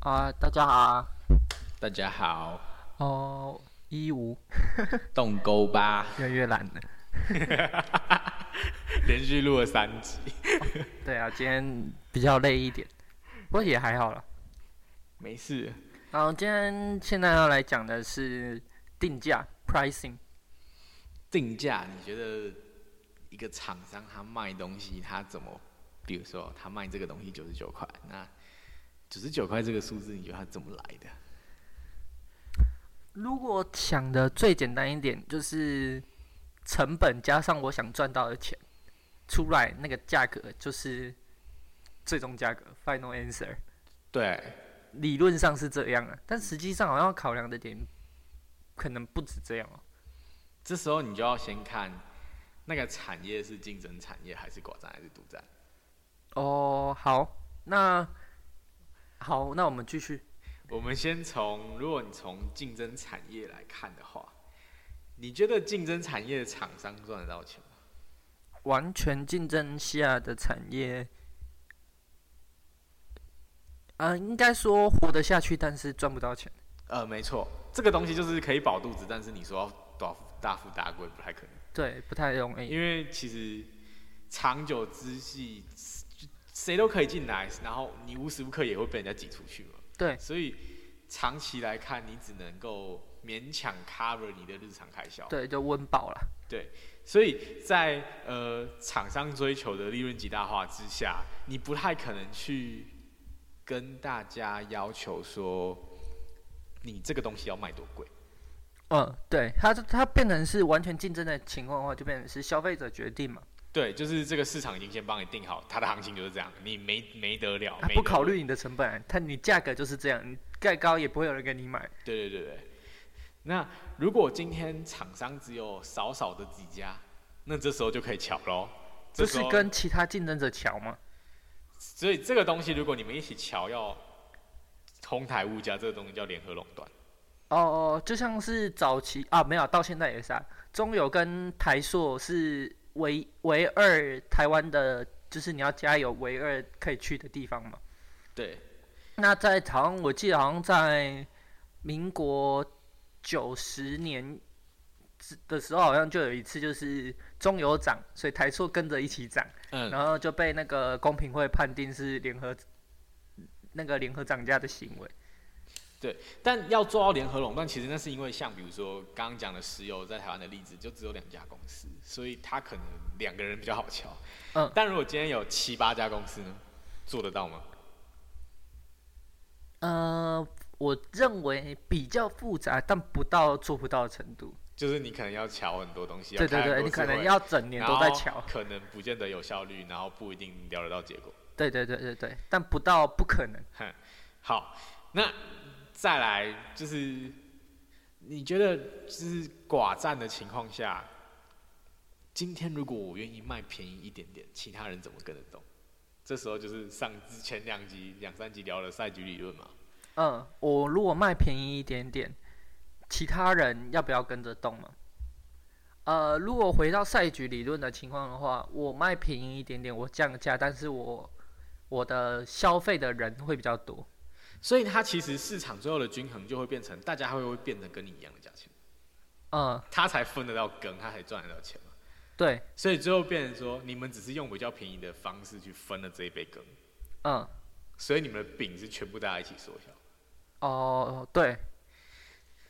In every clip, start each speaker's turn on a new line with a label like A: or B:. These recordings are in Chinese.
A: 啊、大家好啊，
B: 大家好，
A: 哦，一五
B: 动勾吧，
A: 越来越懒了。
B: 连续录了三集，
A: 对啊，今天比较累一点，不过也还好了。
B: 没事。
A: 然后今天现在要来讲的是定价 （pricing）。
B: 定价，你觉得一个厂商他卖东西，他怎么，比如说他卖这个东西九十九块，那九十九块这个数字，你觉得他怎么来的？
A: 如果想的最简单一点，就是成本加上我想赚到的钱，出来那个价格就是最终价格 （final answer）。
B: 对，
A: 理论上是这样啊，但实际上好像考量的点可能不止这样哦。
B: 这时候你就要先看那个产业是竞争产业还是寡占还是独占。
A: 哦，好，那好，那我们继续。
B: 我们先从，如果你从竞争产业来看的话，你觉得竞争产业的厂商赚得到钱吗？
A: 完全竞争下的产业，呃，应该说活得下去，但是赚不到钱。
B: 呃，没错，这个东西就是可以饱肚子，但是你说要大富大富大贵不太可能，
A: 对，不太容易。
B: 因为其实长久之计，谁都可以进来，然后你无时无刻也会被人家挤出去嘛。
A: 对
B: 所以长期来看，你只能够勉强 cover 你的日常开销。
A: 对，就温饱了。
B: 所以在呃厂商追求的利润极大化之下，你不太可能去跟大家要求说，你这个东西要卖多贵。
A: 嗯，对，它它变成是完全竞争的情况的话，就变成是消费者决定嘛，
B: 对，就是这个市场已经先帮你定好，它的行情就是这样，你没没得了，
A: 它
B: 没
A: 啊不
B: 得
A: 考
B: 了。
A: 虑你的成本，它你价格就是这样，你盖高也不会有人给你买。
B: 对对对对。那如果今天厂商只有少少的几家，那这时候就可以瞧喽。
A: 这
B: 这时
A: 是
B: 候，
A: 跟其他竞争者瞧嘛？
B: 所以这个东西，如果你们一起瞧，要哄抬物价，这个东西叫联合垄断。
A: 哦哦，就像是早期啊，没有，到现在也是啊。中友跟台硕是唯唯二台湾的，就是你要加油唯二可以去的地方嘛。
B: 对，
A: 那在好像我记得好像在民国九十年之的时候，好像就有一次就是中油涨，所以台硕跟着一起涨，
B: 嗯，
A: 然后就被那个公平会判定是联合那个联合涨价的行为。
B: 但要做到联合垄断，其实那是因为像比如说刚刚讲的石油在台湾的例子，就只有两家公司，所以它可能两个人比较好瞧。
A: 嗯
B: 但如果今天有七八家公司呢，做得到吗？
A: 呃，我认为比较复杂，但不到做不到的程度。
B: 就是你可能要瞧很多东西，
A: 对对
B: 要开
A: 对，
B: 很多
A: 你可
B: 智慧
A: 能要整年都在瞧。
B: 可能不见得有效率，然后不一定聊得到结果。
A: 对对对对对，但不到不可能。
B: 好，那再来就是，你觉得就是寡占的情况下，今天如果我愿意卖便宜一点点，其他人怎么跟得动？这时候就是上之前两集、两三集聊了赛局理论嘛。
A: 嗯，我如果卖便宜一点点，其他人要不要跟着动嘛？呃，如果回到赛局理论的情况的话，我卖便宜一点点，我降价，但是我我的消费的人会比较多。
B: 所以它其实市场最后的均衡就会变成，大家会会变成跟你一样的价钱，
A: 嗯，
B: 他才分得到羹，他才赚得到钱嘛。
A: 对，
B: 所以最后变成说，你们只是用比较便宜的方式去分了这一杯羹，
A: 嗯，
B: 所以你们的饼是全部大家一起缩小。
A: 哦，对，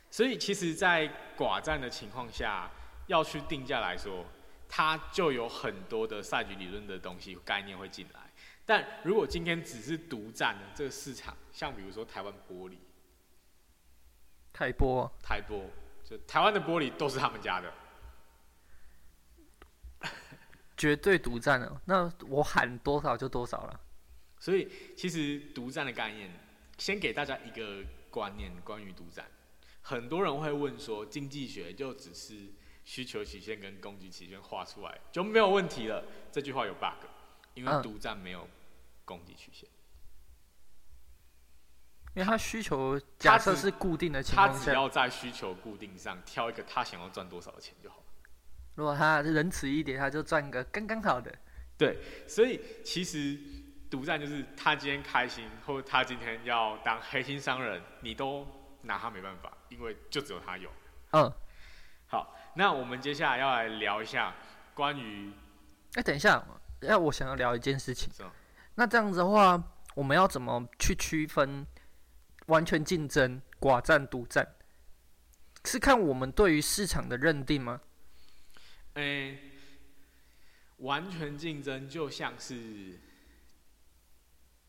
B: 所以其实，在寡占的情况下，要去定价来说，它就有很多的赛局理论的东西概念会进来。但如果今天只是独占的这个市场，像比如说台湾玻璃、
A: 开播。
B: 台玻，就台湾的玻璃都是他们家的，
A: 绝对独占了。那我喊多少就多少了。
B: 所以其实独占的概念，先给大家一个观念，关于独占，很多人会问说，经济学就只是需求曲线跟供给曲线画出来就没有问题了，这句话有 bug，因
A: 嗯
B: 为独占没有供给曲线，
A: 因为它需求假设
B: 它只
A: 是固定的情
B: 他
A: 况
B: 只
A: 下，
B: 要在需求固定上挑一个他想要赚多少的钱就好了。
A: 如果他仁慈一点，他就赚个刚刚好的。
B: 所以其实独占就是他今天开心，或者他今天要当黑心商人，你都拿他没办法，因为就只有他有。
A: 嗯，
B: 好，那我们接下来要来聊一下关于
A: 哎、等一下，哎，我想要聊一件事情。
B: 什么？
A: 那这样子的话，我们要怎么去区分完全竞争、寡占、独占？是看我们对于市场的认定吗？
B: 诶、完全竞争就像是，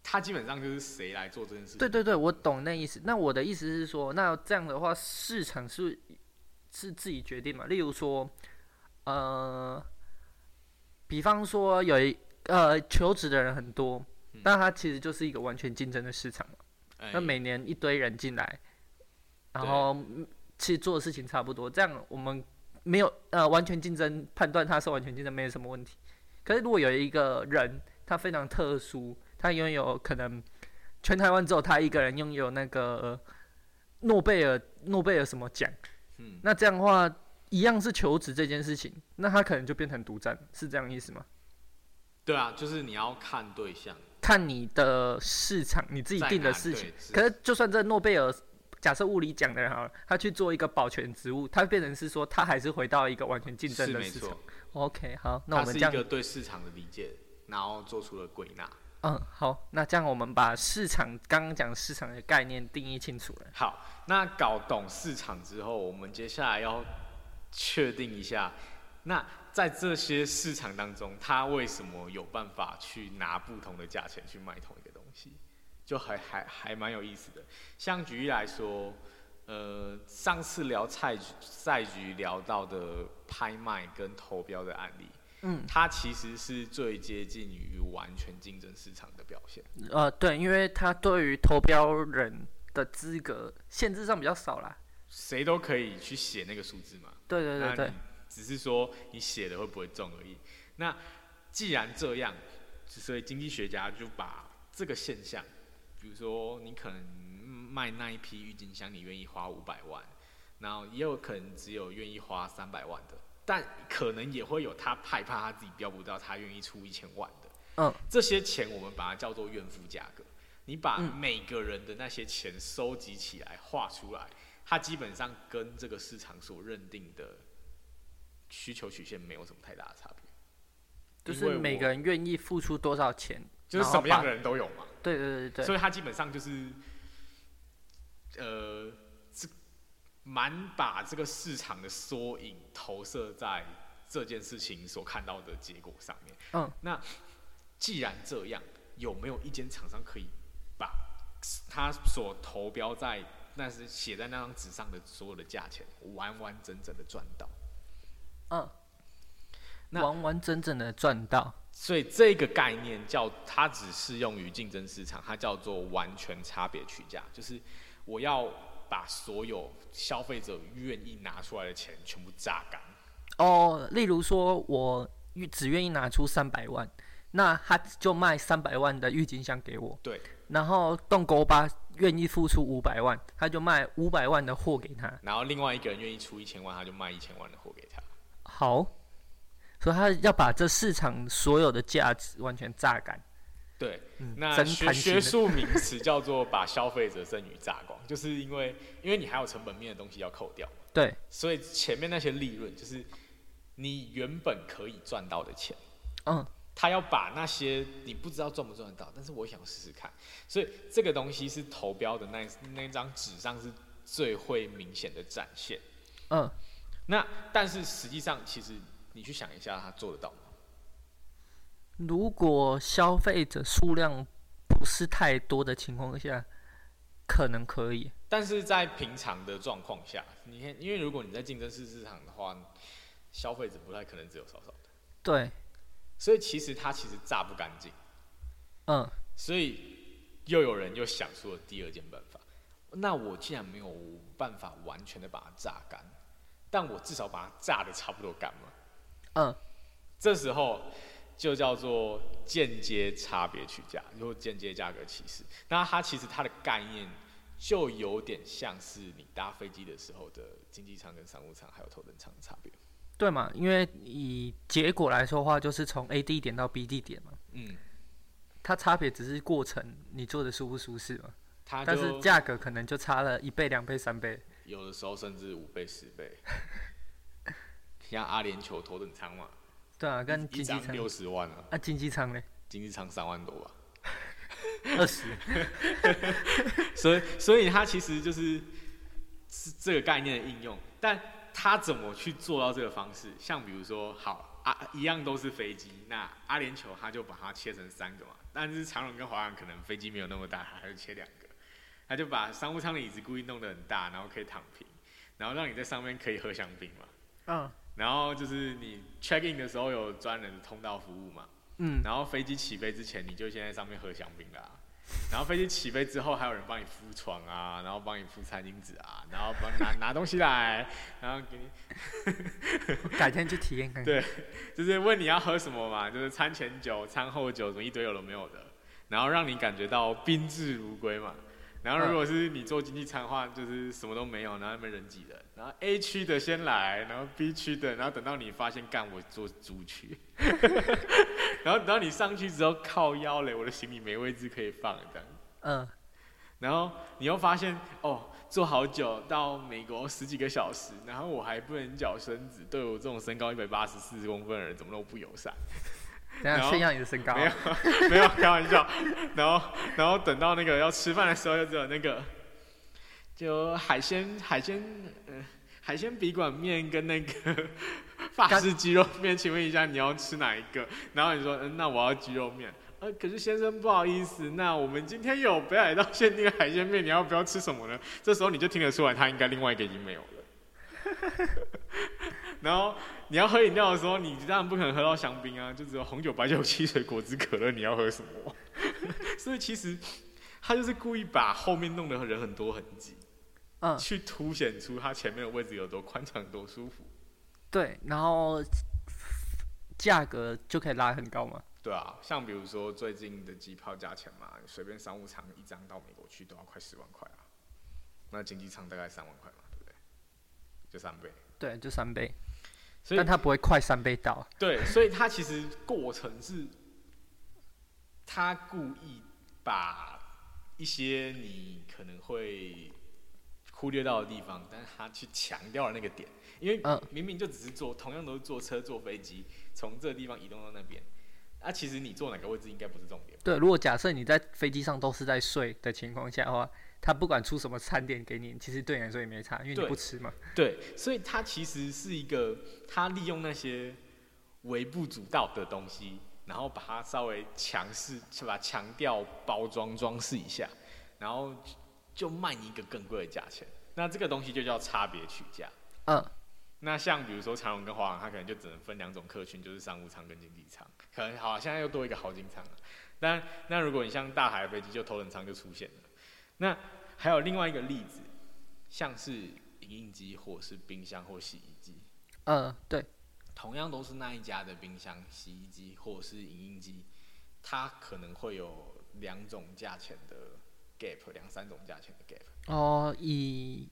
B: 他基本上就是谁来做这件事情。
A: 对对对，我懂那意思。那我的意思是说，那这样的话，市场是是自己决定嘛？例如说，呃，比方说有一呃求职的人很多
B: 嗯，
A: 那它其实就是一个完全竞争的市场。
B: 诶
A: 那每年一堆人进来，然
B: 对
A: 后嗯其实做的事情差不多，这样我们没有呃完全竞争，判断他是完全竞争没有什么问题。可是如果有一个人他非常特殊，他拥有可能全台湾只有他一个人拥有那个诺贝尔诺贝尔什么奖，
B: 嗯，
A: 那这样的话一样是求职这件事情，那他可能就变成独占，是这样意思吗？
B: 对啊，就是你要看对象，
A: 看你的市场，你自己
B: 在
A: 定的
B: 哪
A: 事情。
B: 对是
A: 可是就算这诺贝尔假设物理奖的人好了，他去做一个保全职务，他变成是说他还是回到一个完全竞争
B: 是
A: 的
B: 没
A: 市场
B: 错。，
A: OK，好，那
B: 它
A: 我们这
B: 是一
A: 样，
B: 个对市场的理解，然后做出了归纳。
A: 嗯，好，那这样我们把市场刚刚讲市场的概念定义清楚了。
B: 好，那搞懂市场之后，我们接下来要确定一下，那在这些市场当中，他为什么有办法去拿不同的价钱去卖同一个东西，就还还还蛮有意思的。像举例来说，呃，上次聊菜局赛局聊到的拍卖跟投标的案例，
A: 嗯，
B: 它其实是最接近于完全竞争市场的表现。
A: 呃，对，因为他对于投标人的资格限制上比较少啦。
B: 谁都可以去写那个数字嘛，
A: 对对对
B: 那
A: 对
B: 你，只是说你写的会不会中而已。那既然这样，所以经济学家就把这个现象，比如说你可能卖那一批郁金香，你愿意花五百万，然后也有可能只有愿意花三百万的，但可能也会有他害怕他自己标不到，他愿意出一千万的。
A: 嗯，
B: 这些钱我们把它叫做怨妇价格。你把
A: 嗯
B: 每个人的那些钱收集起来，画出来，它基本上跟这个市场所认定的需求曲线没有什么太大的差别，
A: 就
B: 因
A: 是
B: 为我
A: 每个人愿意付出多少钱，
B: 就是
A: 然
B: 什
A: 后
B: 么样
A: 把
B: 的人都有嘛，
A: 对对对对对，
B: 所以它基本上就是，呃，这蛮把这个市场的缩影投射在这件事情所看到的结果上面。
A: 嗯，
B: 那既然这样，有没有一间厂商可以把他所投标在那是写在那张纸上的所有的价钱，完完整整的赚到？
A: 嗯，
B: 那
A: 完完整整的赚到。
B: 所以这个概念叫它只适用于竞争市场，它叫做完全差别取价，就是我要把所有消费者愿意拿出来的钱全部榨干。
A: 哦，例如说我愿只愿意拿出三百万，那他就卖三百万的郁金香给我。
B: 对。
A: 然后动勾巴愿意付出五百万，他就卖五百万的货给他。
B: 然后另外一个人愿意出一千万，他就卖一千万的货给他。
A: 好，所以他要把这市场所有的价值完全榨干。
B: 对，
A: 嗯，
B: 那
A: 真
B: 学
A: 贪
B: 学
A: 心的。
B: 术名词叫做把消费者剩余榨光，就是因为因为你还有成本面的东西要扣掉，
A: 对，
B: 所以前面那些利润就是你原本可以赚到的钱。
A: 嗯，
B: 他要把那些你不知道赚不赚得到，但是我想试试看。所以这个东西是投标的那那张纸上是最会明显的展现。
A: 嗯，
B: 那但是实际上，其实你去想一下，他做得到吗？
A: 如果消费者数量不是太多的情况下，可能可以。
B: 但是在平常的状况下，你看，因为如果你在竞争式市场的话，消费者不太可能只有少少的，
A: 对，
B: 所以其实它其实榨不干净。
A: 嗯，
B: 所以又有人又想出了第二件办法，那我既然没有办法完全的把它榨干，但我至少把它榨的差不多干嘛。
A: 嗯，
B: 这时候就叫做间接差别取价，或间接价格歧视。那它其实它的概念就有点像是你搭飞机的时候的经济舱跟商务舱还有头等舱的差别。
A: 对嘛？因为以结果来说的话，就是从 A 地点到 B 地点嘛。
B: 嗯，
A: 它差别只是过程你做的舒不舒适嘛，
B: 它
A: 但是
B: 啊就
A: 价格可能就差了一倍、两倍、三倍。
B: 有的时候甚至五倍、十倍，像阿联酋头等舱嘛，
A: 对啊，跟
B: 一
A: 经济
B: 张
A: 舱
B: 六十万啊，
A: 啊，经济舱 嘞，
B: 经济舱三万多吧。
A: 二十，
B: 所以，所以它其实就是是这个概念的应用，但它怎么去做到这个方式？像比如说，好啊，一样都是飞机，那阿联酋它就把它切成三个嘛，但是长荣跟华航可能飞机没有那么大，它就切两个，它就把商务舱的椅子故意弄得很大，然后可以躺平，然后让你在上面可以喝香槟嘛，
A: 嗯
B: 然后就是你 check in 的时候有专人的通道服务嘛，
A: 嗯，
B: 然后飞机起飞之前，你就先在上面喝香槟啦、然后飞机起飞之后，还有人帮你敷床啊，然后帮你敷餐巾纸啊，然后帮拿拿东西来，然后给你
A: 改天去体验看看。
B: 对就是问你要喝什么嘛，就是餐前酒、餐后酒什么一堆有的没有的，然后让你感觉到宾至如归嘛。然后如果是你坐经济舱的话，就是什么都没有，然后那边人挤人，然后 A 区的先来，然后 B 区的，然后等到你发现干我坐主区， 然后等到你上去之后靠腰嘞，我的行李没位置可以放这样。
A: 嗯，
B: 然后你又发现哦，坐好久到美国十几个小时，然后我还不能绞身子，对我这种身高一百八十四公分的人，怎么那么不友善？
A: 等一
B: 然
A: 下
B: 后
A: 炫耀你的身高啊，
B: 没有， 没有开玩笑。然后，然后等到那个要吃饭的时候，就只有那个，就海鲜海鲜呃海鲜笔管面跟那个法式鸡肉面，请问一下你要吃哪一个？然后你说，嗯，那我要鸡肉面。呃，可是先生不好意思，那我们今天有北海道限定的海鲜面，你要不要吃什么呢？这时候你就听得出来，他应该另外一个已经没有了。 然后你要喝饮料的时候，你当然不可能喝到香槟啊，就只有红酒、白酒、汽水、果汁、可乐，你要喝什么？ 所以其实他就是故意把后面弄得人很多很挤，
A: 嗯，
B: 去凸显出他前面的位置有多宽敞、多舒服，
A: 对，然后价格就可以拉很高嘛。
B: 对啊。像比如说最近的机票价钱嘛，随便商务舱一张到美国去都要快十万块啊，那经济舱大概三万块嘛，对不对？就三倍。
A: 对，就三倍，
B: 所以
A: 但它不会快三倍到。
B: 对，所以他其实过程是，他故意把一些你可能会忽略到的地方，但是他去强调了那个点，因为
A: 嗯
B: 明明就只是坐，同样都是坐车、坐飞机，从这个地方移动到那边，啊，其实你坐哪个位置应该不是重点。
A: 对，如果假设你在飞机上都是在睡的情况下的话，它不管出什么餐点给你，其实对你来说也没差，因为你
B: 对
A: 不吃嘛。
B: 对，所以他其实是一个，他利用那些微不足道的东西，然后把它稍微强势，是吧？强调包装装饰一下，然后就卖你一个更贵的价钱。那这个东西就叫差别取价。
A: 嗯，
B: 那像比如说长荣跟华航，它可能就只能分两种客群，就是商务舱跟经济舱。可能好、啊，现在又多一个豪金舱了。但那如果你像大海飞机，就头等舱就出现了。那还有另外一个例子，像是影印机或是冰箱或洗衣机，
A: 嗯，对，
B: 同样都是那一家的冰箱、洗衣机或者是影印机，它可能会有两种价钱的 gap，两三种价钱的 gap。
A: 哦，以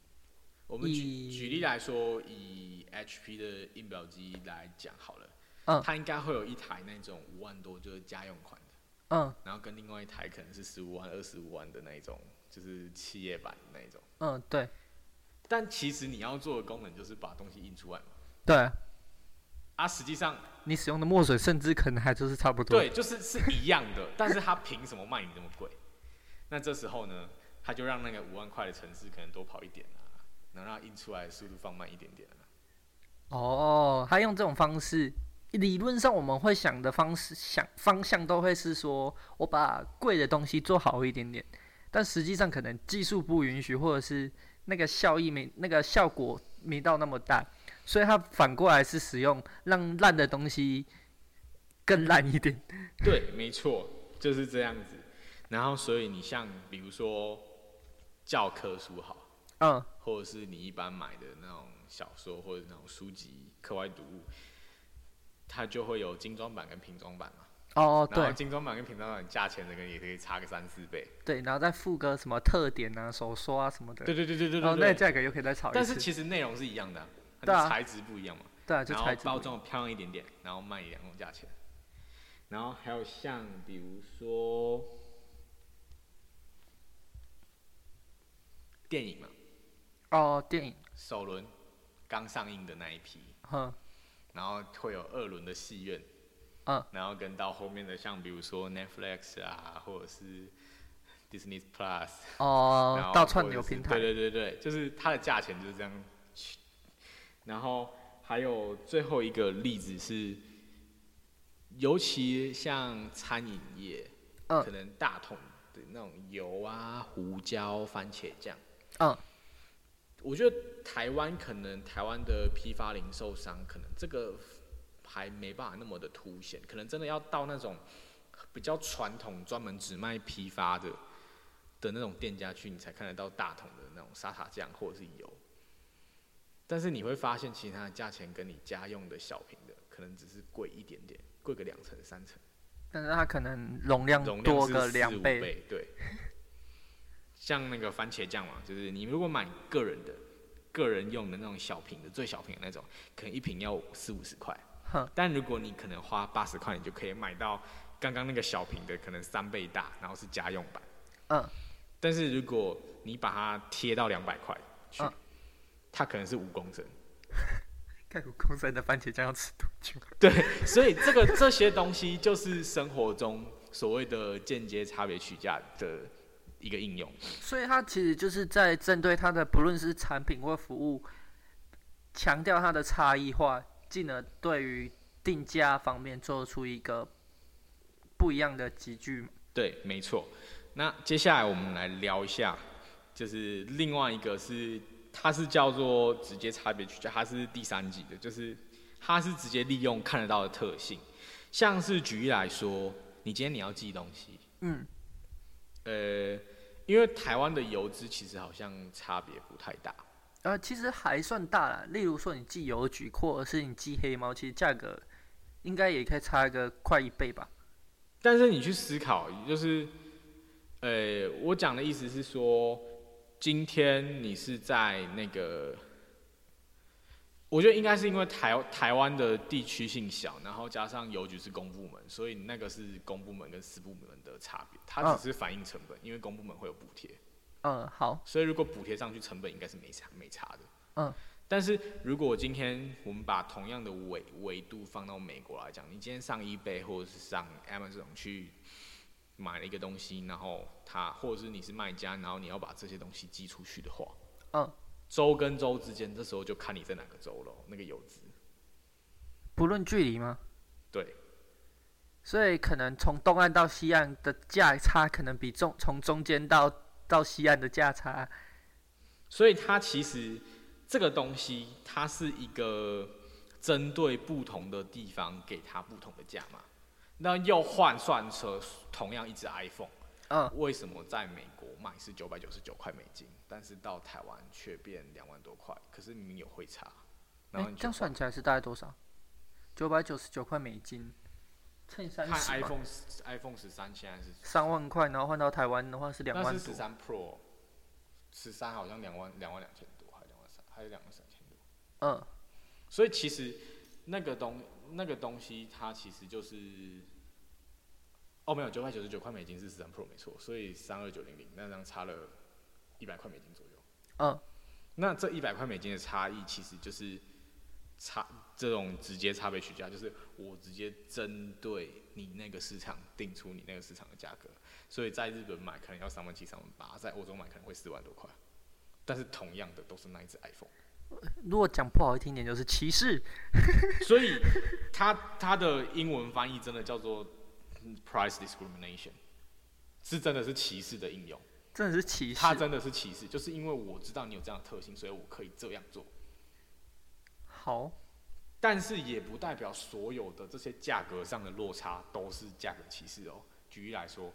B: 我们举
A: 以
B: 举例来说，以 HP 的印表机来讲好了，
A: 嗯
B: 它应该会有一台那种五万多就是家用款的，
A: 嗯
B: 然后跟另外一台可能是十五万、二十五万的那一种，就是企业版的那一种。
A: 嗯，对
B: 但其实你要做的功能就是把东西印出来嘛，
A: 对啊，
B: 啊，实际上
A: 你使用的墨水甚至可能还就是差不多。
B: 对，就是是一样的， 但是它凭什么卖你这么贵？那这时候呢，他就让那个五万块的城市可能多跑一点啊，然后让它印出来的速度放慢一点点啊。
A: 哦，他用这种方式，理论上我们会想的方式想方向都会是说，我把贵的东西做好一点点，但实际上可能技术不允许，或者是那个效益没那个效果没到那么大，所以他反过来是使用让烂的东西更烂一点。
B: 对，没错，就是这样子。然后，所以你像比如说教科书好，
A: 嗯
B: 或者是你一般买的那种小说或者那种书籍、课外读物，它就会有精装版跟平装版嘛。
A: 哦
B: 然后
A: 对
B: 精装版跟平装版价钱可能也可以差个三四倍。
A: 对，然后再附个什么特点啊、手刷啊什么的，
B: 对对对对对
A: 然后那
B: 对
A: 个价格又可以再炒一
B: 但是
A: 次。
B: 其实内容是一样的啊、它
A: 对
B: 的
A: 啊
B: 材质不一样嘛。
A: 对啊，就
B: 然
A: 才
B: 后包装得漂亮一点点，然后卖两种价钱。然后还有像比如说电影嘛，
A: 哦，电影，
B: 首轮刚上映的那一批，
A: 哼，
B: 然后会有二轮的戏院，
A: 嗯，
B: 然后跟到后面的像比如说 Netflix 啊，或者是 Disney Plus，然
A: 哦
B: 后，
A: 到串
B: 或者
A: 流
B: 是
A: 平台，
B: 对对对对，就是它的价钱就是这样。然后还有最后一个例子是，尤其像餐饮业，
A: 嗯
B: 可能大桶的那种油啊、胡椒、番茄酱，
A: 嗯，
B: 我觉得台湾可能台湾的批发零售商可能这个还没办法那么的凸显，可能真的要到那种比较传统、专门只卖批发的的那种店家去，你才看得到大桶的那种沙茶酱或者是油。但是你会发现，其实它的价钱跟你家用的小瓶的可能只是贵一点点，贵个两成三成。
A: 但是它可能容量
B: 容
A: 嗯
B: 量
A: 多
B: 是
A: 个
B: 四
A: 两
B: 五
A: 倍，
B: 倍， 对。像那个番茄酱嘛，就是你如果买个人的、个人用的那种小瓶的、最小瓶的那种，可能一瓶要四五十块
A: 哼。
B: 但如果你可能花八十块，你就可以买到刚刚那个小瓶的，可能三倍大，然后是家用版。
A: 嗯。
B: 但是如果你把它贴到两百块去，
A: 嗯
B: 它可能是五公升。
A: 看我公司的番茄酱要吃多久？
B: 对，所以这个这些东西就是生活中所谓的间接差别取价的一个应用。
A: 所以它其实就是在针对它的不论是产品或服务，强调它的差异化，进而对于定价方面做出一个不一样的集聚嘛。
B: 对，没错。那接下来我们来聊一下，就是另外一个是，它是叫做直接差别取价，它是第三级的，就是它是直接利用看得到的特性，像是举例来说，你今天你要寄东西，
A: 嗯，
B: 呃，因为台湾的邮资其实好像差别不太大，
A: 呃，其实还算大啦。例如说你寄邮局，或者是你寄黑猫，其实价格应该也可以差个快一倍吧。
B: 但是你去思考，就是，呃，我讲的意思是说，今天你是在那个，我觉得应该是因为台台湾的地区性小，然后加上邮局是公部门，所以那个是公部门跟私部门的差别，它
A: 嗯
B: 只是反映成本，因为公部门会有补贴，
A: 嗯，好，
B: 所以如果补贴上去，成本应该是没差没差的。
A: 嗯。
B: 但是如果今天我们把同样的维维度放到美国来讲，你今天上 eBay 或者是上 Amazon 去买了一个东西，然后它或者是你是卖家，然后你要把这些东西寄出去的话，
A: 嗯，
B: 州跟州之间，这时候就看你在哪个州喽，那个邮资。
A: 不论距离吗？
B: 对
A: 所以可能从东岸到西岸的价差，可能比中从中间到到西岸的价差，
B: 所以它其实这个东西，它是一个针对不同的地方给它不同的价码。那又换算成同样一只 iPhone，
A: 嗯，
B: 为什么在美国卖是九百九十九块美金，但是到台湾却变两万多块？可是明明有汇差，然
A: 哎、
B: 后你
A: 这
B: 就
A: 样算起来是大概多少？九百九十九块美金，乘以三
B: 看
A: 十
B: iPhone 10 iPhone 十三现在是
A: 三万块，然后换到台湾的话是两
B: 那
A: 万
B: 是
A: 多
B: 十。三 Pro，十三好像两万两万两千多，还两万三，还有两万三千多。
A: 嗯，
B: 所以其实那个东那个东西，它其实就是哦，没有九百九十九块美金是十三 Pro 没错，所以三二九零零那张差了一百块美金左右。
A: 嗯，
B: 那这一百块美金的差异，其实就是差这种直接差别取价，就是我直接针对你那个市场定出你那个市场的价格。所以在日本买可能要三万七、三万八，在欧洲买可能会四万多块，但是同样的都是那一只 iPhone。
A: 如果讲不好听点，就是歧视。
B: 所以它它的英文翻译真的叫做嗯 price discrimination，是真的是歧视的应用。
A: 真的是歧视
B: 它。真的是歧视，就是因为我知道你有这样的特性，所以我可以这样做。
A: 好，
B: 但是也不代表所有的这些价格上的落差都是价格歧视哦。举例来说，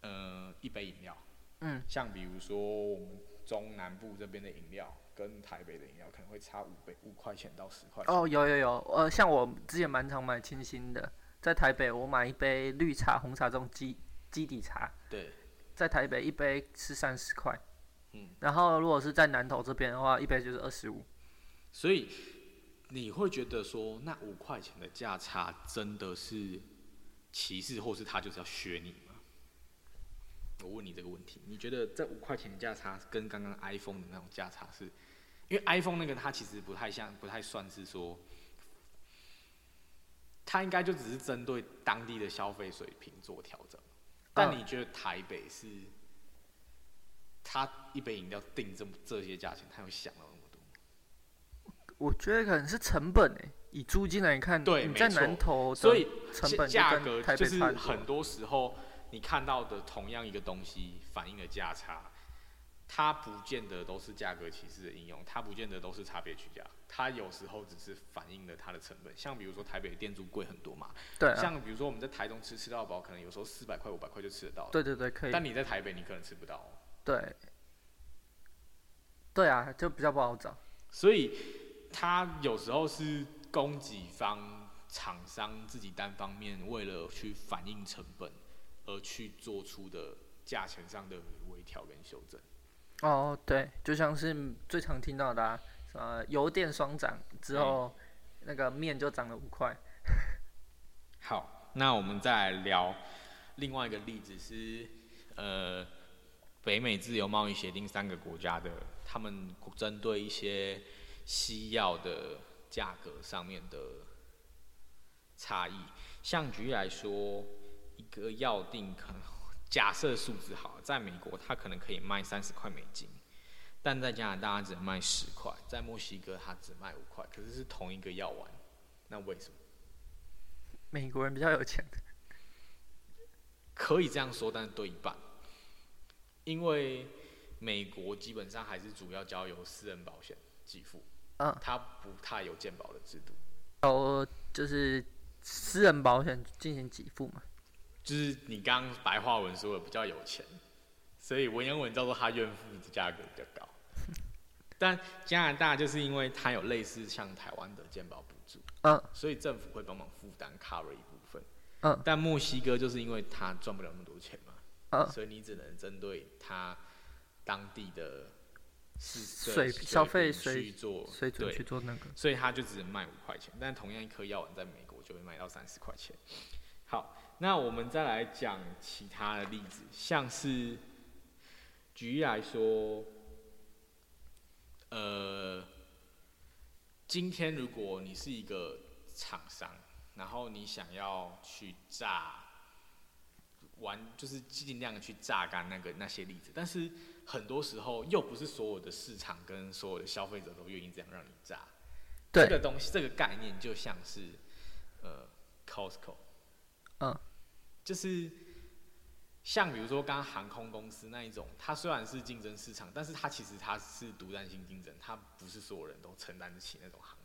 B: 呃，一杯饮料，
A: 嗯，
B: 像比如说我们中南部这边的饮料跟台北的饮料可能会差五倍五块钱到十块钱。
A: 哦，有有有，呃，像我之前蛮常买清新的，在台北我买一杯绿茶、红茶这种基基底茶，
B: 对，
A: 在台北一杯是三十块，
B: 嗯，
A: 然后如果是在南投这边的话，一杯就是二十五。
B: 所以你会觉得说，那五块钱的价差真的是歧视，或是他就是要削你吗？我问你这个问题，你觉得这五块钱的价差跟刚刚 iPhone 的那种价差是，因为 iPhone 那个它其实不太像，不太算是说，它应该就只是针对当地的消费水平做调整。但你觉得台北是，它一杯饮料定这么这些价钱，它有想到那么多吗？
A: 我觉得可能是成本诶、欸以租金来看，
B: 对
A: 你在
B: 没错
A: 南投
B: 所
A: 的
B: 以
A: 成本就
B: 价
A: 跟
B: 格
A: 台
B: 就
A: 北
B: 是
A: 差很多
B: 很多时候你看到的同样一个东西反映的价差，它不见得都是价格歧视的应用，它不见得都是差别取价，它有时候只是反映了它的成本。像比如说台北的店租贵很多嘛，
A: 对啊，
B: 像比如说我们在台中吃吃到饱，可能有时候四百块五百块就吃得到了，
A: 对对对，可以，
B: 但你在台北你可能吃不到哦、
A: 对，对啊，就比较不好找。
B: 所以他有时候是供给方厂商自己单方面为了去反映成本而去做出的价钱上的微调跟修正。
A: 哦，对，就像是最常听到的、啊，什么油电双涨之后，
B: 嗯
A: 那个面就涨了五块。
B: 好，那我们再来聊另外一个例子是，呃，北美自由贸易协定三个国家的，他们针对一些西药的价格上面的差异。像举例来说，一个药定可能假设数字好了，在美国它可能可以卖三十块美金，但在加拿大它只能卖十块，在墨西哥它只卖五块，可是是同一个药丸，那为什么？
A: 美国人比较有钱，
B: 可以这样说，但是对一半，因为美国基本上还是主要交由私人保险给付，
A: 嗯
B: 它不太有健保的制度，
A: 哦，就是私人保险进行给付嘛。
B: 就是你刚刚白话文说的比较有钱，所以文言文叫做他愿付的价格比较 高，但加拿大就是因为它有类似像台湾的健保补助，
A: 嗯，
B: 所以政府会帮忙负担 cover 一部分。
A: 嗯
B: 但墨西哥就是因为他赚不了那么多钱嘛，
A: 嗯
B: 所以你只能针对他当地的市
A: 水
B: 的
A: 消费
B: 平
A: 水
B: 去做
A: 所以准
B: 对
A: 去做那个。
B: 所以它就只能卖五块钱，但同样一颗药丸在美国就会卖到三十块钱。好，那我们再来讲其他的例子，像是举例来说，呃，今天如果你是一个厂商，然后你想要去榨玩，就是尽量的去榨干那个那些例子，但是很多时候又不是所有的市场跟所有的消费者都愿意这样让你榨。
A: 对
B: 这个东西，这个概念就像是呃 Costco，
A: 嗯，
B: 就是像比如说刚刚航空公司那一种，它虽然是竞争市场，但是它其实它是独占性竞争，它不是所有人都承担得起那种行业。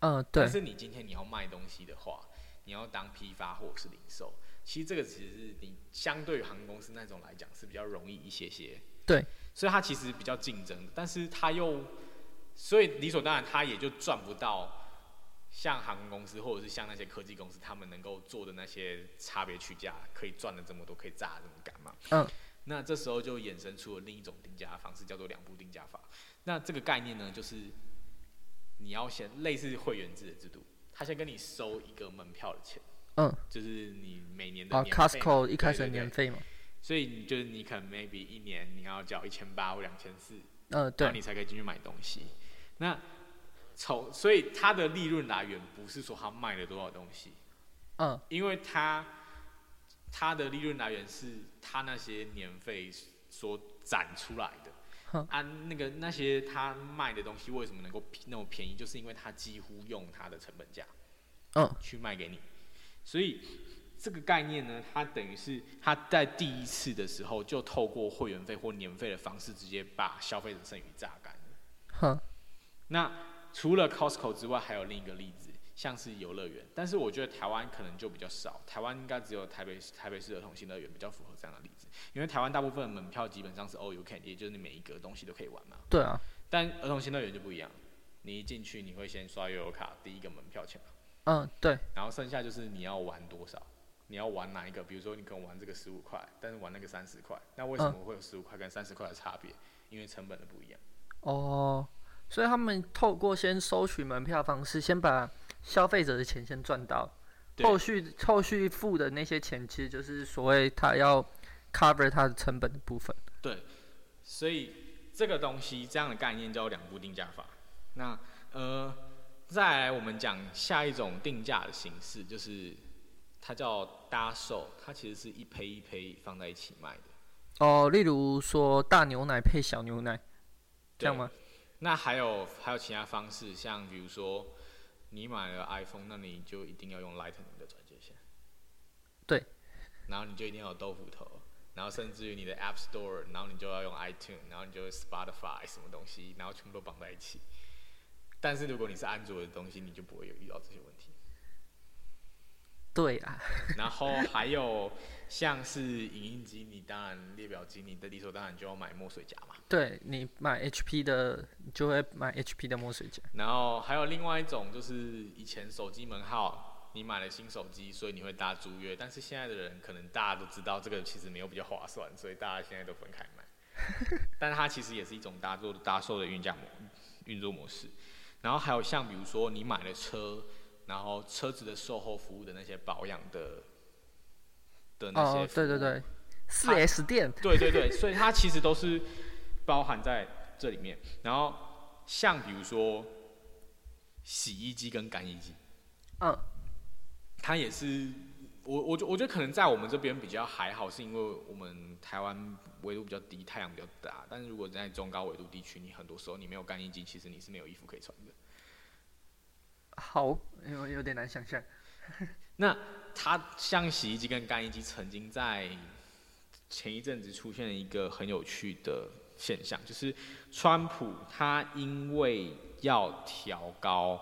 A: 嗯，对
B: 但，是你今天你要卖东西的话，你要当批发或者是零售，其实这个其实是你相对于航空公司那种来讲是比较容易一些些。
A: 对，
B: 所以它其实比较竞争，但是它又，所以理所当然它也就赚不到像航空公司或者是像那些科技公司他们能够做的那些差别取价可以赚的这么多，可以炸的这么干嘛？
A: 嗯。
B: 那这时候就衍生出了另一种定价方式，叫做两步定价法。那这个概念呢，就是你要先类似会员制的制度，他先跟你收一个门票的钱，
A: 嗯，
B: 就是你每年的
A: 啊
B: 年费嘛
A: ，Costco 一开始
B: 对
A: 的
B: 对对
A: 年费嘛。
B: 所以你就是你可能 maybe 一年你要交一千八或两千四，
A: 嗯，
B: 然后
A: 对，
B: 你才可以进去买东西。那从所以它的利润来源不是说它卖了多少东西，
A: 嗯，
B: 因为它它的利润来源是它那些年费所攒出来的
A: 哼。
B: 啊，那个那些它卖的东西为什么能够便那么便宜，就是因为它几乎用它的成本价，
A: 嗯，
B: 去卖给你。所以这个概念呢，它等于是它在第一次的时候就透过会员费或年费的方式，直接把消费者剩余榨干了。
A: 哼，
B: 那除了 Costco 之外，还有另一个例子，像是游乐园，但是我觉得台湾可能就比较少，台湾应该只有台北台北市儿童新乐园比较符合这样的例子，因为台湾大部分的门票基本上是 all you can，也就是你每一个东西都可以玩嘛。
A: 对啊，
B: 但儿童新乐园就不一样，你一进去你会先刷悠游卡，第一个门票钱，
A: 嗯，对，
B: 然后剩下就是你要玩多少。你要玩哪一个？比如说，你可能玩这个十五块，但是玩那个三十块，那为什么会有十五块跟三十块的差别？因为成本的不一样。
A: 哦，所以他们透过先收取门票的方式，先把消费者的钱先赚到，
B: 对
A: 后续后续付的那些钱，其实就是所谓他要 cover 它的成本的部分。
B: 所以这个东西这样的概念叫两步定价法。那呃，再来我们讲下一种定价的形式，就是它叫搭售，它其实是一胚一胚放在一起卖的。
A: 哦，例如说大牛奶配小牛奶，这
B: 对
A: 样吗？
B: 那还有还有其他方式，像比如说你买了 iPhone，那你就一定要用 Lightning 的转接线。
A: 对。
B: 然后你就一定要有豆腐头，然后甚至于你的 App Store，然后你就要用 iTunes，然后你就 Spotify 什么东西，然后全部都绑在一起。但是如果你是安卓的东西，你就不会有遇到这些问题。
A: 对啊，
B: 然后还有像是影印机，你当然列表机，你的理所当然就要买墨水夹嘛。
A: 对你买 HP 的，你就会买 HP 的墨水夹。
B: 然后还有另外一种，就是以前手机门号，你买了新手机，所以你会搭租约，但是现在的人可能大家都知道这个其实没有比较划算，所以大家现在都分开 买。但它其实也是一种搭做搭售的运价模运作模式。然后还有像比如说你买了车，然后车子的售后服务的那些保养的的那些
A: 哦，
B: 服务、
A: 对对对，四
B: 它
A: S 店
B: 对对对，所以它其实都是包含在这里面。然后像比如说洗衣机跟干衣机，
A: 嗯，
B: 它也是我我觉我觉得可能在我们这边比较还好，是因为我们台湾纬度比较低，太阳比较大。但是如果在中高纬度地区，你很多时候你没有干衣机，其实你是没有衣服可以穿的。
A: 好，有有点难想象。
B: 它像洗衣机跟干衣机曾经在前一阵子出现了一个很有趣的现象，就是川普他因为要调高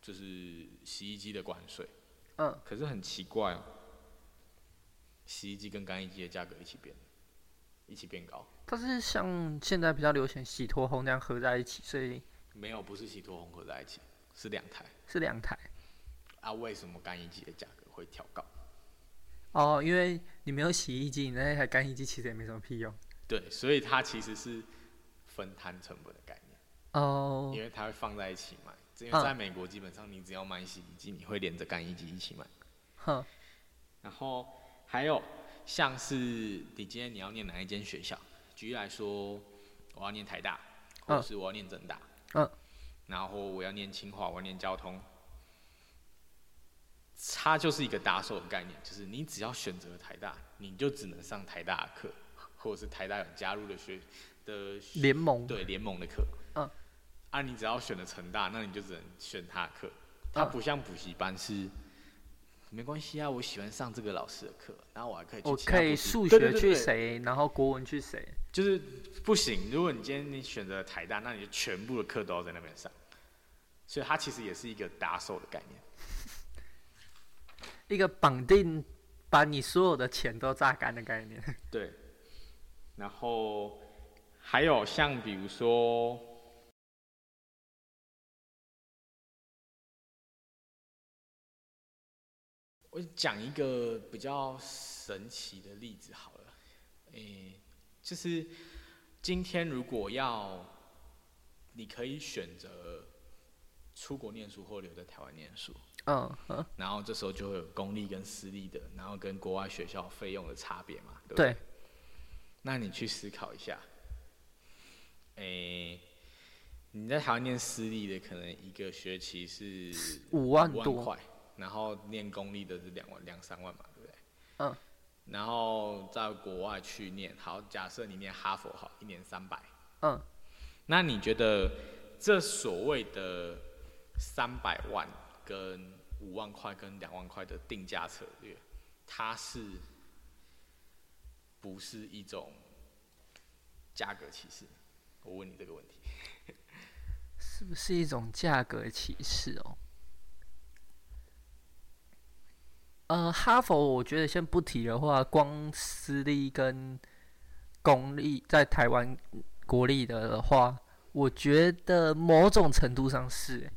B: 就是洗衣机的关税，
A: 嗯，
B: 可是很奇怪哦，洗衣机跟干衣机的价格一起变，一起变高。
A: 它是像现在比较流行洗脱烘这样合在一起，所以
B: 没有，不是洗脱红合在一起，是两台。
A: 是两台。
B: 啊，为什么干衣机的价格会调高？
A: 哦，因为你没有洗衣机，你那台干衣机其实也没什么屁用。
B: 对，所以它其实是分摊成本的概念。
A: 哦
B: 因，为它会放在一起买。因为
A: 嗯
B: 在美国，基本上你只要买洗衣机，你会连着干衣机一起买。
A: 哼，
B: 然后还有像是你今天你要念哪一间学校，举例来说，我要念台大，或者
A: 嗯
B: 是我要念政大，
A: 嗯，
B: 然后我要念清华，我要念交通，它就是一个搭售的概念，就是你只要选择台大，你就只能上台大的课，或者是台大有加入的学的学
A: 联盟
B: 对联盟的课，
A: 嗯，
B: 啊，你只要选了成大，那你就只能选他的课。它
A: 嗯
B: 不像补习班是，没关系啊，我喜欢上这个老师的课，然后我还可以去
A: 我
B: 其他补
A: 可
B: 习。
A: 以数
B: 对对
A: 学
B: 对
A: 去
B: 对
A: 谁，然后国文去谁。
B: 就是不行。如果你今天你选择了台大，那你就全部的课都要在那边上，所以它其实也是一个搭售的概念。
A: 一个绑定把你所有的钱都榨干的概念。
B: 对，然后还有像比如说，我讲一个比较神奇的例子好了，诶、就是今天如果要，你可以选择出国念书或留在台湾念书，
A: 嗯嗯，
B: 然后这时候就会有公立跟私立的，然后跟国外学校费用的差别嘛，对不对？
A: 对，
B: 那你去思考一下，诶、你在台湾念私立的，可能一个学期是
A: 五万
B: 5万
A: 多
B: 块，然后念公立的是两万两三万嘛，对不对？
A: 嗯。
B: 然后在国外去念，好，假设你念哈佛好，一年三百，
A: 嗯，
B: 那你觉得这所谓的三百万跟五万块跟两万块的定价策略，它是不是一种价格歧视？我问你这个问题。
A: 是不是一种价格歧视哦？呃，哈佛我觉得先不提的话，光私立跟公立在台湾国立的话，我觉得某种程度上是欸、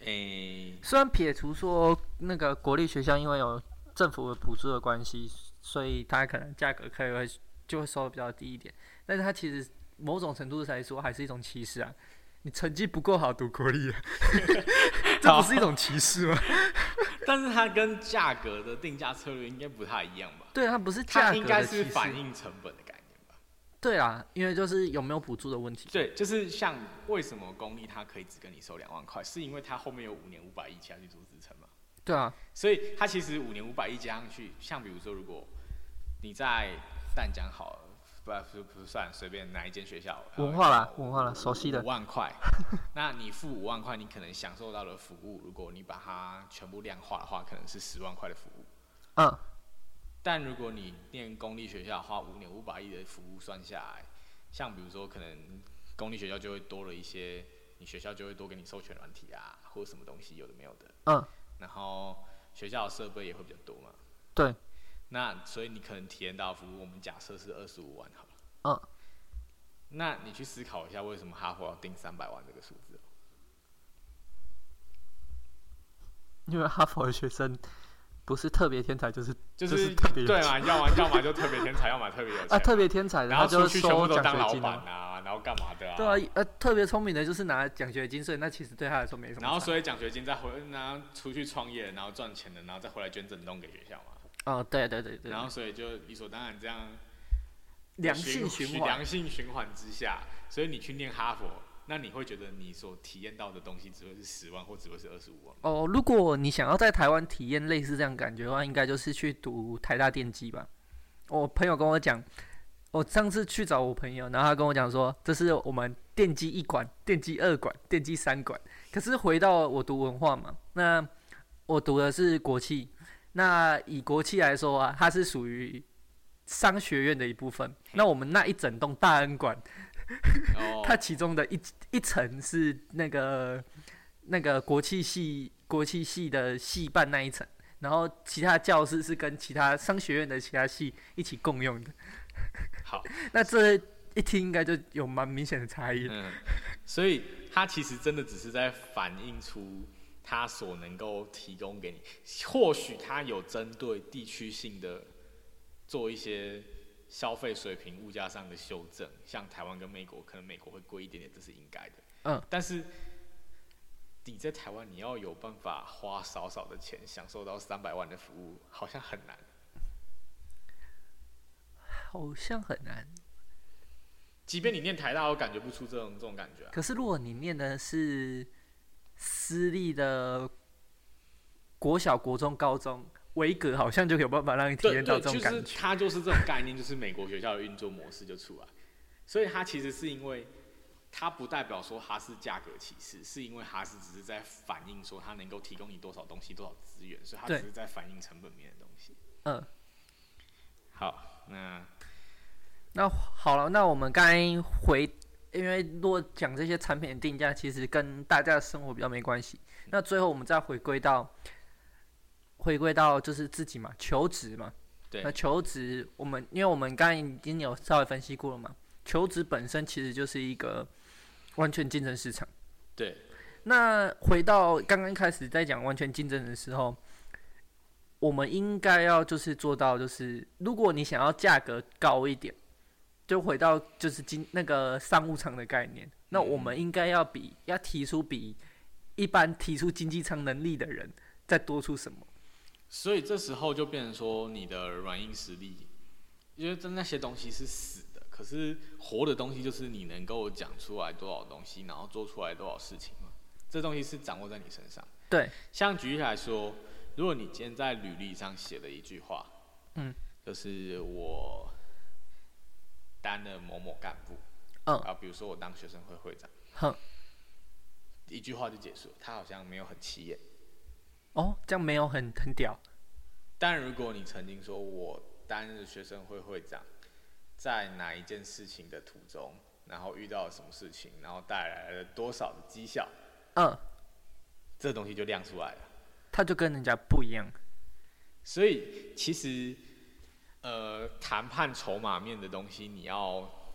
B: 诶、
A: 虽然撇除说那个国立学校因为有政府的补助的关系，所以它可能价格可以会就会收的比较低一点，但是它其实某种程度上来说还是一种歧视啊。 你成绩不够好读国立、啊，这不是一种歧视吗？
B: 但是它跟价格的定价策略应该不太一样吧？
A: 对，它不是价
B: 它
A: 格
B: 应该
A: 的
B: 是
A: 歧
B: 反
A: 视。
B: 映成本的概念吧？
A: 对啦，啊因为就是有没有补助的问题。
B: 对，就是像为什么公立它可以只跟你收两万块，是因为它后面有五年五百亿加去做支撑嘛？
A: 对啊，
B: 所以它其实五年五百亿加上去，像比如说，如果你在淡江好了，不不不算随便哪一间学校，呃
A: 文化啦，文化啦，熟悉的
B: 五。万块， 那你付五万块，你可能享受到的服务，如果你把它全部量化的话，可能是十万块的服务。
A: 嗯，
B: 但如果你念公立学校的话，五年五百亿的服务算下来，像比如说可能公立学校就会多了一些，你学校就会多给你授权软体啊，或者什么东西有的没有的。
A: 嗯。
B: 然后学校的设备也会比较多嘛。
A: 对。
B: 那所以你可能体验到的服务，我们假设是二十五万好了。
A: 嗯。
B: 那你去思考一下，为什么哈佛要定三百万这个数字？哦
A: 因为哈佛的学生不是特别天才，就是啊
B: 就
A: 就是
B: 是
A: 特别有
B: 对
A: 钱
B: 嘛，要么要么就特别天才，要么特别有
A: 啊
B: 钱，
A: 特别天才的，
B: 然
A: 他
B: 后出
A: 就
B: 去
A: 是
B: 全部
A: 收
B: 都
A: 奖
B: 当
A: 学
B: 老
A: 金
B: 板
A: 啊。
B: 啊，然后干嘛的啊？
A: 对啊，呃，特别聪明的就是拿奖学金，所以那其实对他来说没什么差。
B: 然后所以奖学金再回，然后出去创业，然后赚钱了，然后再回来捐整栋给学校嘛。
A: 啊、对对对对，
B: 然后所以就理所当然这样
A: 良性循环
B: 良性循环之下，所以你去念哈佛，那你会觉得你所体验到的东西只会是十万或只会是二十五万。
A: 哦，如果你想要在台湾体验类似这样感觉的话，应该就是去读台大电机吧。我朋友跟我讲，我上次去找我朋友，然后他跟我讲说，这是我们电机一馆、电机二馆、电机三馆。可是回到我读文化嘛，那我读的是国企，那以国企来说啊，它是属于商学院的一部分。那我们那一整栋大恩馆，
B: 哦
A: 它其中的一一层是那个那个国际系国际系的系办那一层，然后其他教室是跟其他商学院的其他系一起共用的。
B: 好，
A: 那这一听应该就有蛮明显的差异了。
B: 嗯，所以它其实真的只是在反映出它所能够提供给你，或许它有针对地区性的做一些消费水平、物价上的修正，像台湾跟美国，可能美国会贵一点点，这是应该的。
A: 嗯，
B: 但是。你在台湾，你要有办法花少少的钱享受到三百万的服务，好像很难。
A: 好像很难。
B: 即便你念台大，我感觉不出这种这种感觉啊。
A: 可是如果你念的是私立的国小、国中、高中，维格好像就有办法让你体
B: 对
A: 验
B: 对，
A: 到这种感觉。
B: 就是它就是这种概念，就是美国学校的运作模式就出来。所以它其实是因为它不代表说它是价格歧视，是因为它是只是在反映说它能够提供你多少东西、多少资源，所以它
A: 对
B: 只是在反映成本面的东西。
A: 嗯。
B: 好，那
A: 那好了，那我们刚才回，因为如果讲这些产品的定价，其实跟大家的生活比较没关系。那最后我们再回归到，回归到就是自己嘛，求职嘛。
B: 对
A: 那求职，我们因为我们刚才已经有稍微分析过了嘛，求职本身其实就是一个完全竞争市场。
B: 对
A: 那回到刚刚开始在讲完全竞争的时候，我们应该要就是做到，就是如果你想要价格高一点，就回到就是经那个商务舱的概念，那我们应该要比要提出比一般提出经济舱能力的人再多出什么？
B: 所以这时候就变成说，你的软硬实力，因为这那些东西是死的，可是活的东西就是你能够讲出来多少东西，然后做出来多少事情嘛。这东西是掌握在你身上。
A: 对，
B: 像举例来说，如果你今天在履历上写了一句话，
A: 嗯，
B: 就是我当了某某干部，
A: 嗯
B: 啊，比如说我当学生会会长，
A: 哼，
B: 一句话就结束了，他好像没有很起眼。
A: 哦，这样没有很很屌，
B: 但如果你曾经说我担任学生会会长，在哪一件事情的途中，然后遇到了什么事情，然后带来了多少的绩效，
A: 嗯，
B: 这东西就亮出来了。
A: 他就跟人家不一样，
B: 所以其实，呃，谈判筹码面的东西，你要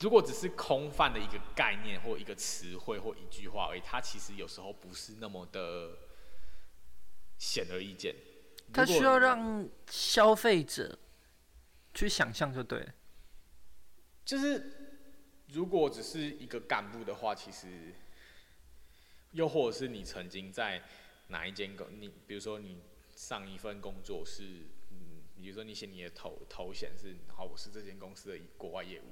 B: 如果只是空泛的一个概念或一个词汇或一句话而已，它其实有时候不是那么的显而易见。
A: 他
B: 如果
A: 需要让消费者去想象就对了，
B: 就是如果只是一个干部的话，其实又或者是你曾经在哪一间公，你比如说你上一份工作是，嗯，比如说你写你的头头衔是，好，我是这间公司的国外业务，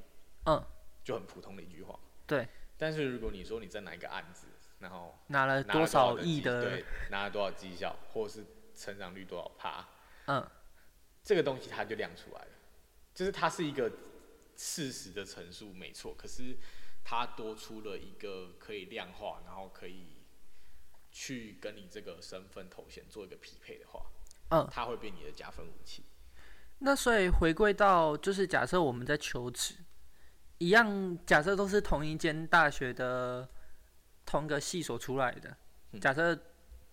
A: 嗯，
B: 就很普通的一句话。
A: 对。
B: 但是如果你说你在哪一个案子，然后
A: 拿了
B: 拿了
A: 多少
B: 的
A: 亿
B: 绩
A: 的
B: 对，拿了多少绩效，或者是成长率多少趴，
A: 嗯
B: 这个东西它就亮出来了，就是它是一个事实的陈述，没错。可是它多出了一个可以量化，然后可以去跟你这个身份头衔做一个匹配的话，
A: 嗯，
B: 它会变你的加分武器。
A: 那所以回归到就是假设我们在求职，一样假设都是同一间大学的同一个系所出来的，
B: 嗯
A: 假设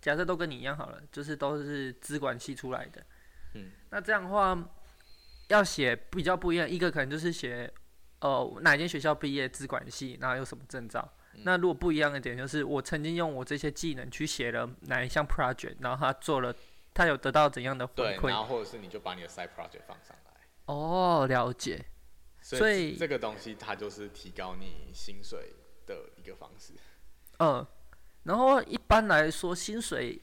A: 假设都跟你一样好了，就是都是资管系出来的，
B: 嗯，
A: 那这样的话要写比较不一样，一个可能就是写呃哪间学校毕业资管系，然后有什么证照。
B: 嗯
A: 那如果不一样的点就是，我曾经用我这些技能去写了哪一项 project，然后他做了，他有得到怎样的回
B: 对，然
A: 馈？
B: 后或者是你就把你的 side project 放上来，
A: 哦，了解。
B: 所
A: 所以
B: 这个东西它就是提高你薪水的一个方式。
A: 嗯，然后一般来说薪水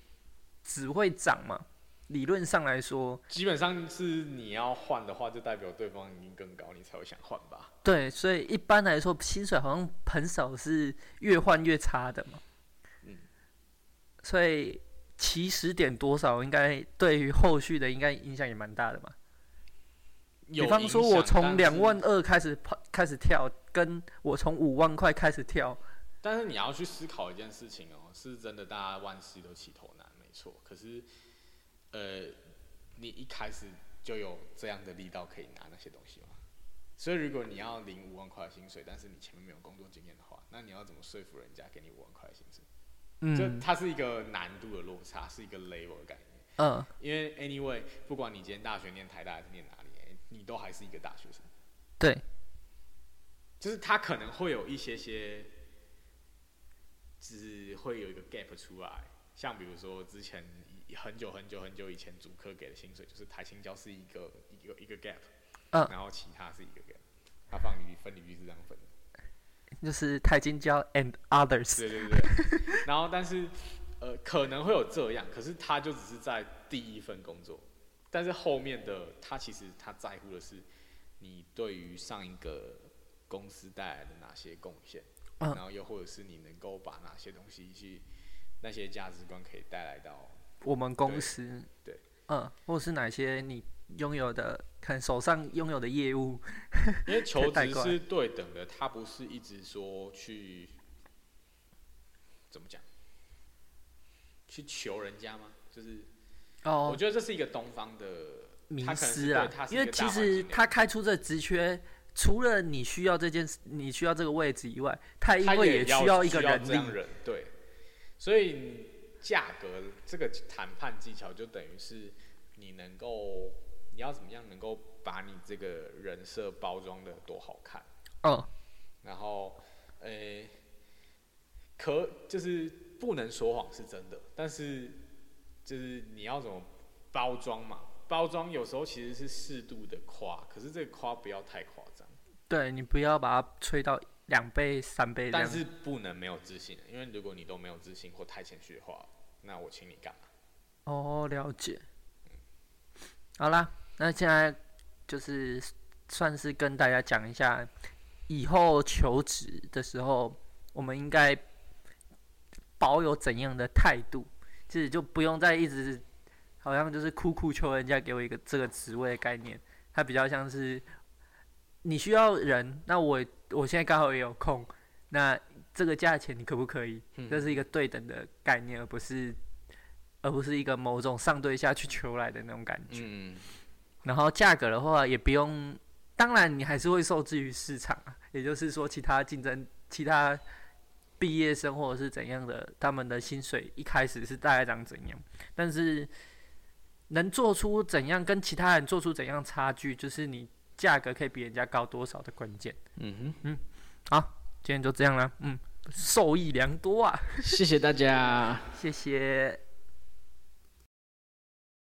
A: 只会涨嘛，理论上来说，
B: 基本上是你要换的话，就代表对方已经更高，你才会想换吧。
A: 对，所以一般来说薪水好像很少是越换越差的嘛。
B: 嗯，
A: 所以起始点多少应该对于后续的应该影响也蛮大的嘛。
B: 有
A: 比方说，
B: 影
A: 我
B: 响
A: 从两，万
B: 但是
A: 二开始跑开始跳，跟我从五万块开始跳，
B: 但是你要去思考一件事情哦，是真的，大家万事都起头难，没错。可是，呃，你一开始就有这样的力道可以拿那些东西吗？所以，如果你要领五万块的薪水，但是你前面没有工作经验的话，那你要怎么说服人家给你五万块的薪水？就
A: 嗯
B: 它是一个难度的落差，是一个 level 的概念。
A: 嗯，
B: 因为 anyway，不管你今天大学念台大还是念哪里，哎你都还是一个大学生。
A: 对，
B: 就是他可能会有一些些，就是会有一个 gap 出来。像比如说之前以很久很久很久以前主科给的薪水，就是台青教是一个一个一个 gap，、
A: 嗯
B: 然后其他是一个 gap，他放离分离率是这样分的。
A: 就是钛金胶 and others，
B: 对对对。 然后但是呃可能会有这样，可是他就只是在第一份工作，但是后面的他其实他在乎的是你对于上一个公司带来的哪些贡献，
A: 嗯
B: 然后又或者是你能够把哪些东西去那些价值观可以带来到。
A: 我们公
B: 对
A: 司
B: 对，
A: 嗯，或是哪些你拥有的，看手上拥有的业务，
B: 因为求
A: 带
B: 职
A: 过来
B: 是对等的，他不是一直说去怎么讲，去求人家吗？就是我
A: 哦，
B: 觉得这是一个东方的
A: 迷
B: 他可能是
A: 失啊
B: 对他，是
A: 因
B: 一个
A: 为
B: 大
A: 其
B: 环
A: 实
B: 境的
A: 他开出这职缺，除了你需要这件事，你需要这个位置以外，他因
B: 他
A: 为
B: 也
A: 需
B: 要
A: 一个
B: 需要
A: 人
B: 这样
A: 力，
B: 人对，所以你价格这个谈判技巧就等于是你能够你要怎么样能够把你这个人设包装的多好看，
A: 嗯
B: 然后呃、可就是不能说谎是真的，但是就是你要怎么包装嘛，包装有时候其实是适度的夸，可是这个夸不要太夸张。
A: 对你不要把它吹到两倍、三倍这
B: 但
A: 样，
B: 是不能没有自信，因为如果你都没有自信或太谦虚的话，那我请你干嘛？
A: 哦，了解。好啦，那现在就是算是跟大家讲一下，以后求职的时候，我们应该保有怎样的态度，就是就不用再一直好像就是苦苦求人家给我一个这个职位的概念，它比较像是你需要人，那我我现在刚好也有空，那这个价钱你可不可以？这是一个对等的概念，而不是而不是一个某种上对下去求来的那种感觉。
B: 嗯，
A: 然后价格的话，也不用，当然你还是会受制于市场啊，也就是说，其他竞争、其他毕业生或者是怎样的，他们的薪水一开始是大概长怎样，但是能做出怎样跟其他人做出怎样差距，就是你价格可以比人家高多少的关键。
B: 嗯
A: 今天就这样啦，嗯，受益良多啊，
B: 哼，谢谢大家。
A: 谢谢。